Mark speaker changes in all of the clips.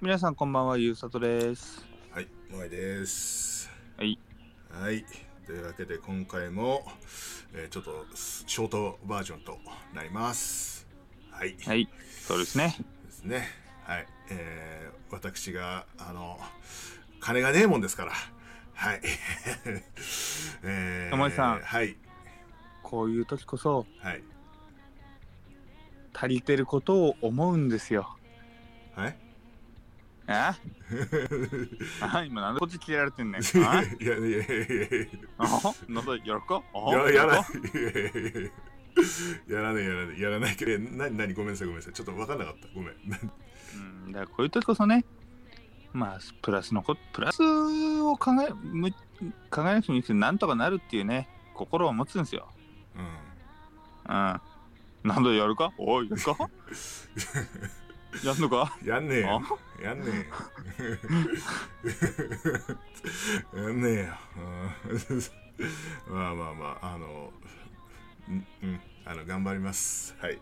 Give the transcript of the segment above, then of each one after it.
Speaker 1: 皆さんこんばんは、ゆうさとです。
Speaker 2: はい、萌えです。
Speaker 1: はい。
Speaker 2: はい、というわけで今回も、えーちょっとショートバージョンとなります。はい、
Speaker 1: はい、そうですね。
Speaker 2: ですね。はい、えー私が、あの、金がねえもんですから。はい。 え
Speaker 1: 萌えさん
Speaker 2: はい、
Speaker 1: こういう時こそ、
Speaker 2: はい、
Speaker 1: 足りてることを思うんですよ。
Speaker 2: はい。
Speaker 1: え あ今なんでこっち切られて んねん。あ
Speaker 2: いやいやいやいやいや。
Speaker 1: あ喉やる かあ
Speaker 2: ややら
Speaker 1: や
Speaker 2: ない やらないやらないやらないけどな何ごめんなさいごめんなさいちょっと分かんなかったごめん
Speaker 1: うん、だからこういう時こそね、まあ、プラスのこ、プラスを考え、む考えなくてもいいですよ。なんとかなるっていうね、心を持つんですよ。
Speaker 2: うん
Speaker 1: うん。なんだやるかおい、やる かやんの か
Speaker 2: やんねえよやんねえよやんねえようんまあまあまああのうんうんあの頑張りますはい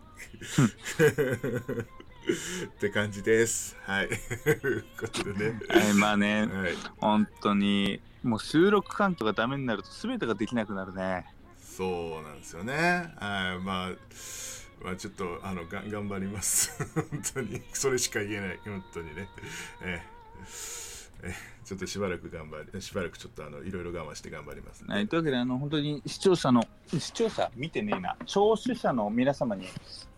Speaker 2: って感じですはい ことでね
Speaker 1: えまあね、
Speaker 2: はい
Speaker 1: 本当に、もう収録環境がダメになると全てができなくなるね。
Speaker 2: そうなんですよね。はい、まあ、まあ、ちょっと、あの、がん頑張ります。 本当に、それしか言えない、本当にね。ええええちょっとしばらく頑張り、しばらくちょっと、あの、いろいろ我慢して頑張りますんで、
Speaker 1: はい、というわけで、あの、本当に視聴者の、視聴者見てねえな、聴取者の皆様に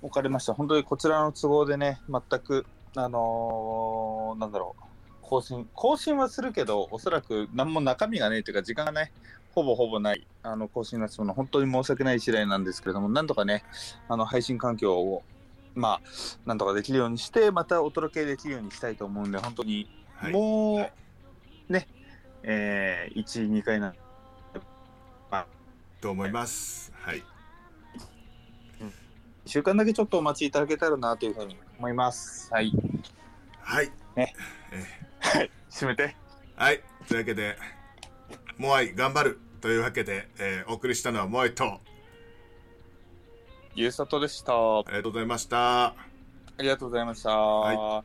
Speaker 1: おかれましては、本当にこちらの都合でね、全く、あのーなんだろう、更新、更新はするけど、おそらく何も中身がねえというか、時間がね、ほぼほぼない、あの、更新になってしまうのは本当に申し訳ない次第なんですけれども、なんとかね、あの、配信環境を、まあ、なんとかできるようにして、またお届けできるようにしたいと思うんで、本当に
Speaker 2: はい。
Speaker 1: もう、
Speaker 2: はい
Speaker 1: ね、えー、1、2回な
Speaker 2: と思います。はい。
Speaker 1: 1週間だけちょっとお待ちいただけたらなというふうに思います。はい。
Speaker 2: はい。
Speaker 1: 締めて。
Speaker 2: はい。というわけで、モアイ、頑張るというわけで、えーお送りしたのはモアイと、あ
Speaker 1: ゆうさとでした。あ
Speaker 2: りがとうございました。
Speaker 1: りがとうございました。
Speaker 2: は